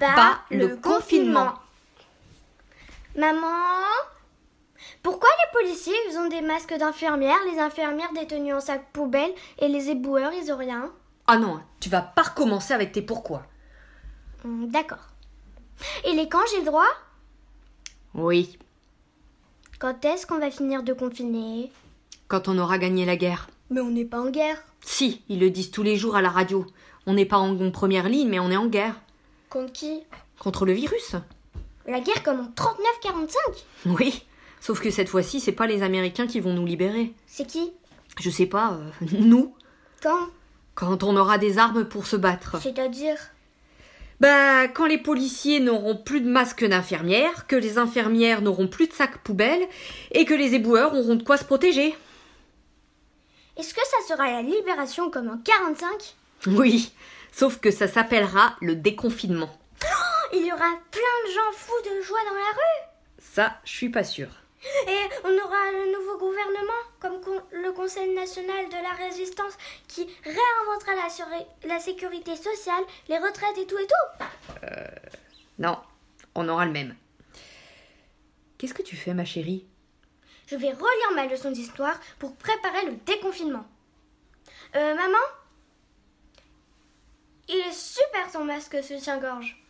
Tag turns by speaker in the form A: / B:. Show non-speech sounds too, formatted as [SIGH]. A: Bah, le confinement. Maman Pourquoi les policiers, ils ont des masques d'infirmières, les infirmières des tenues en sac poubelle et les éboueurs, ils ont rien
B: Ah non, hein, tu vas pas recommencer avec tes pourquoi.
A: Hum, D'accord. Et les camps, j'ai le droit
B: Oui,
A: Quand est-ce qu'on va finir de confiner
B: quand on aura gagné la guerre.
A: Mais on n'est pas en guerre.
B: Si, ils le disent tous les jours à la radio. On n'est pas en en première ligne, mais on est en guerre.
A: Contre qui
B: Contre le virus [LAUGHS]
A: La guerre comme en 39-45
B: Oui. Sauf que cette fois-ci, c'est pas les Américains qui vont nous libérer.
A: C'est qui
B: Je sais pas, euh, [LAUGHS] nous,
A: Quand
B: quand on aura des armes pour se battre.
A: C'est-à-dire
B: Bah, quand les policiers n'auront plus de masques d'infirmières, que les infirmières n'auront plus de sacs poubelles, et que les éboueurs auront de quoi se protéger.
A: Est-ce que ça sera la libération comme en 45
B: Oui. Sauf que ça s'appellera le déconfinement.
A: Oh, Il y aura plein de gens fous de joie dans la rue
B: Ça, je suis pas sûre.
A: Et on aura le nouveau gouvernement, comme con- le Conseil national de la résistance, qui réinventera la, suré- la sécurité sociale, les retraites et tout et tout.
B: Non, on aura le même. Qu'est-ce que tu fais, ma chérie
A: Je vais relire ma leçon d'histoire pour préparer le déconfinement. Euh, maman Il est super ton masque soutien-gorge.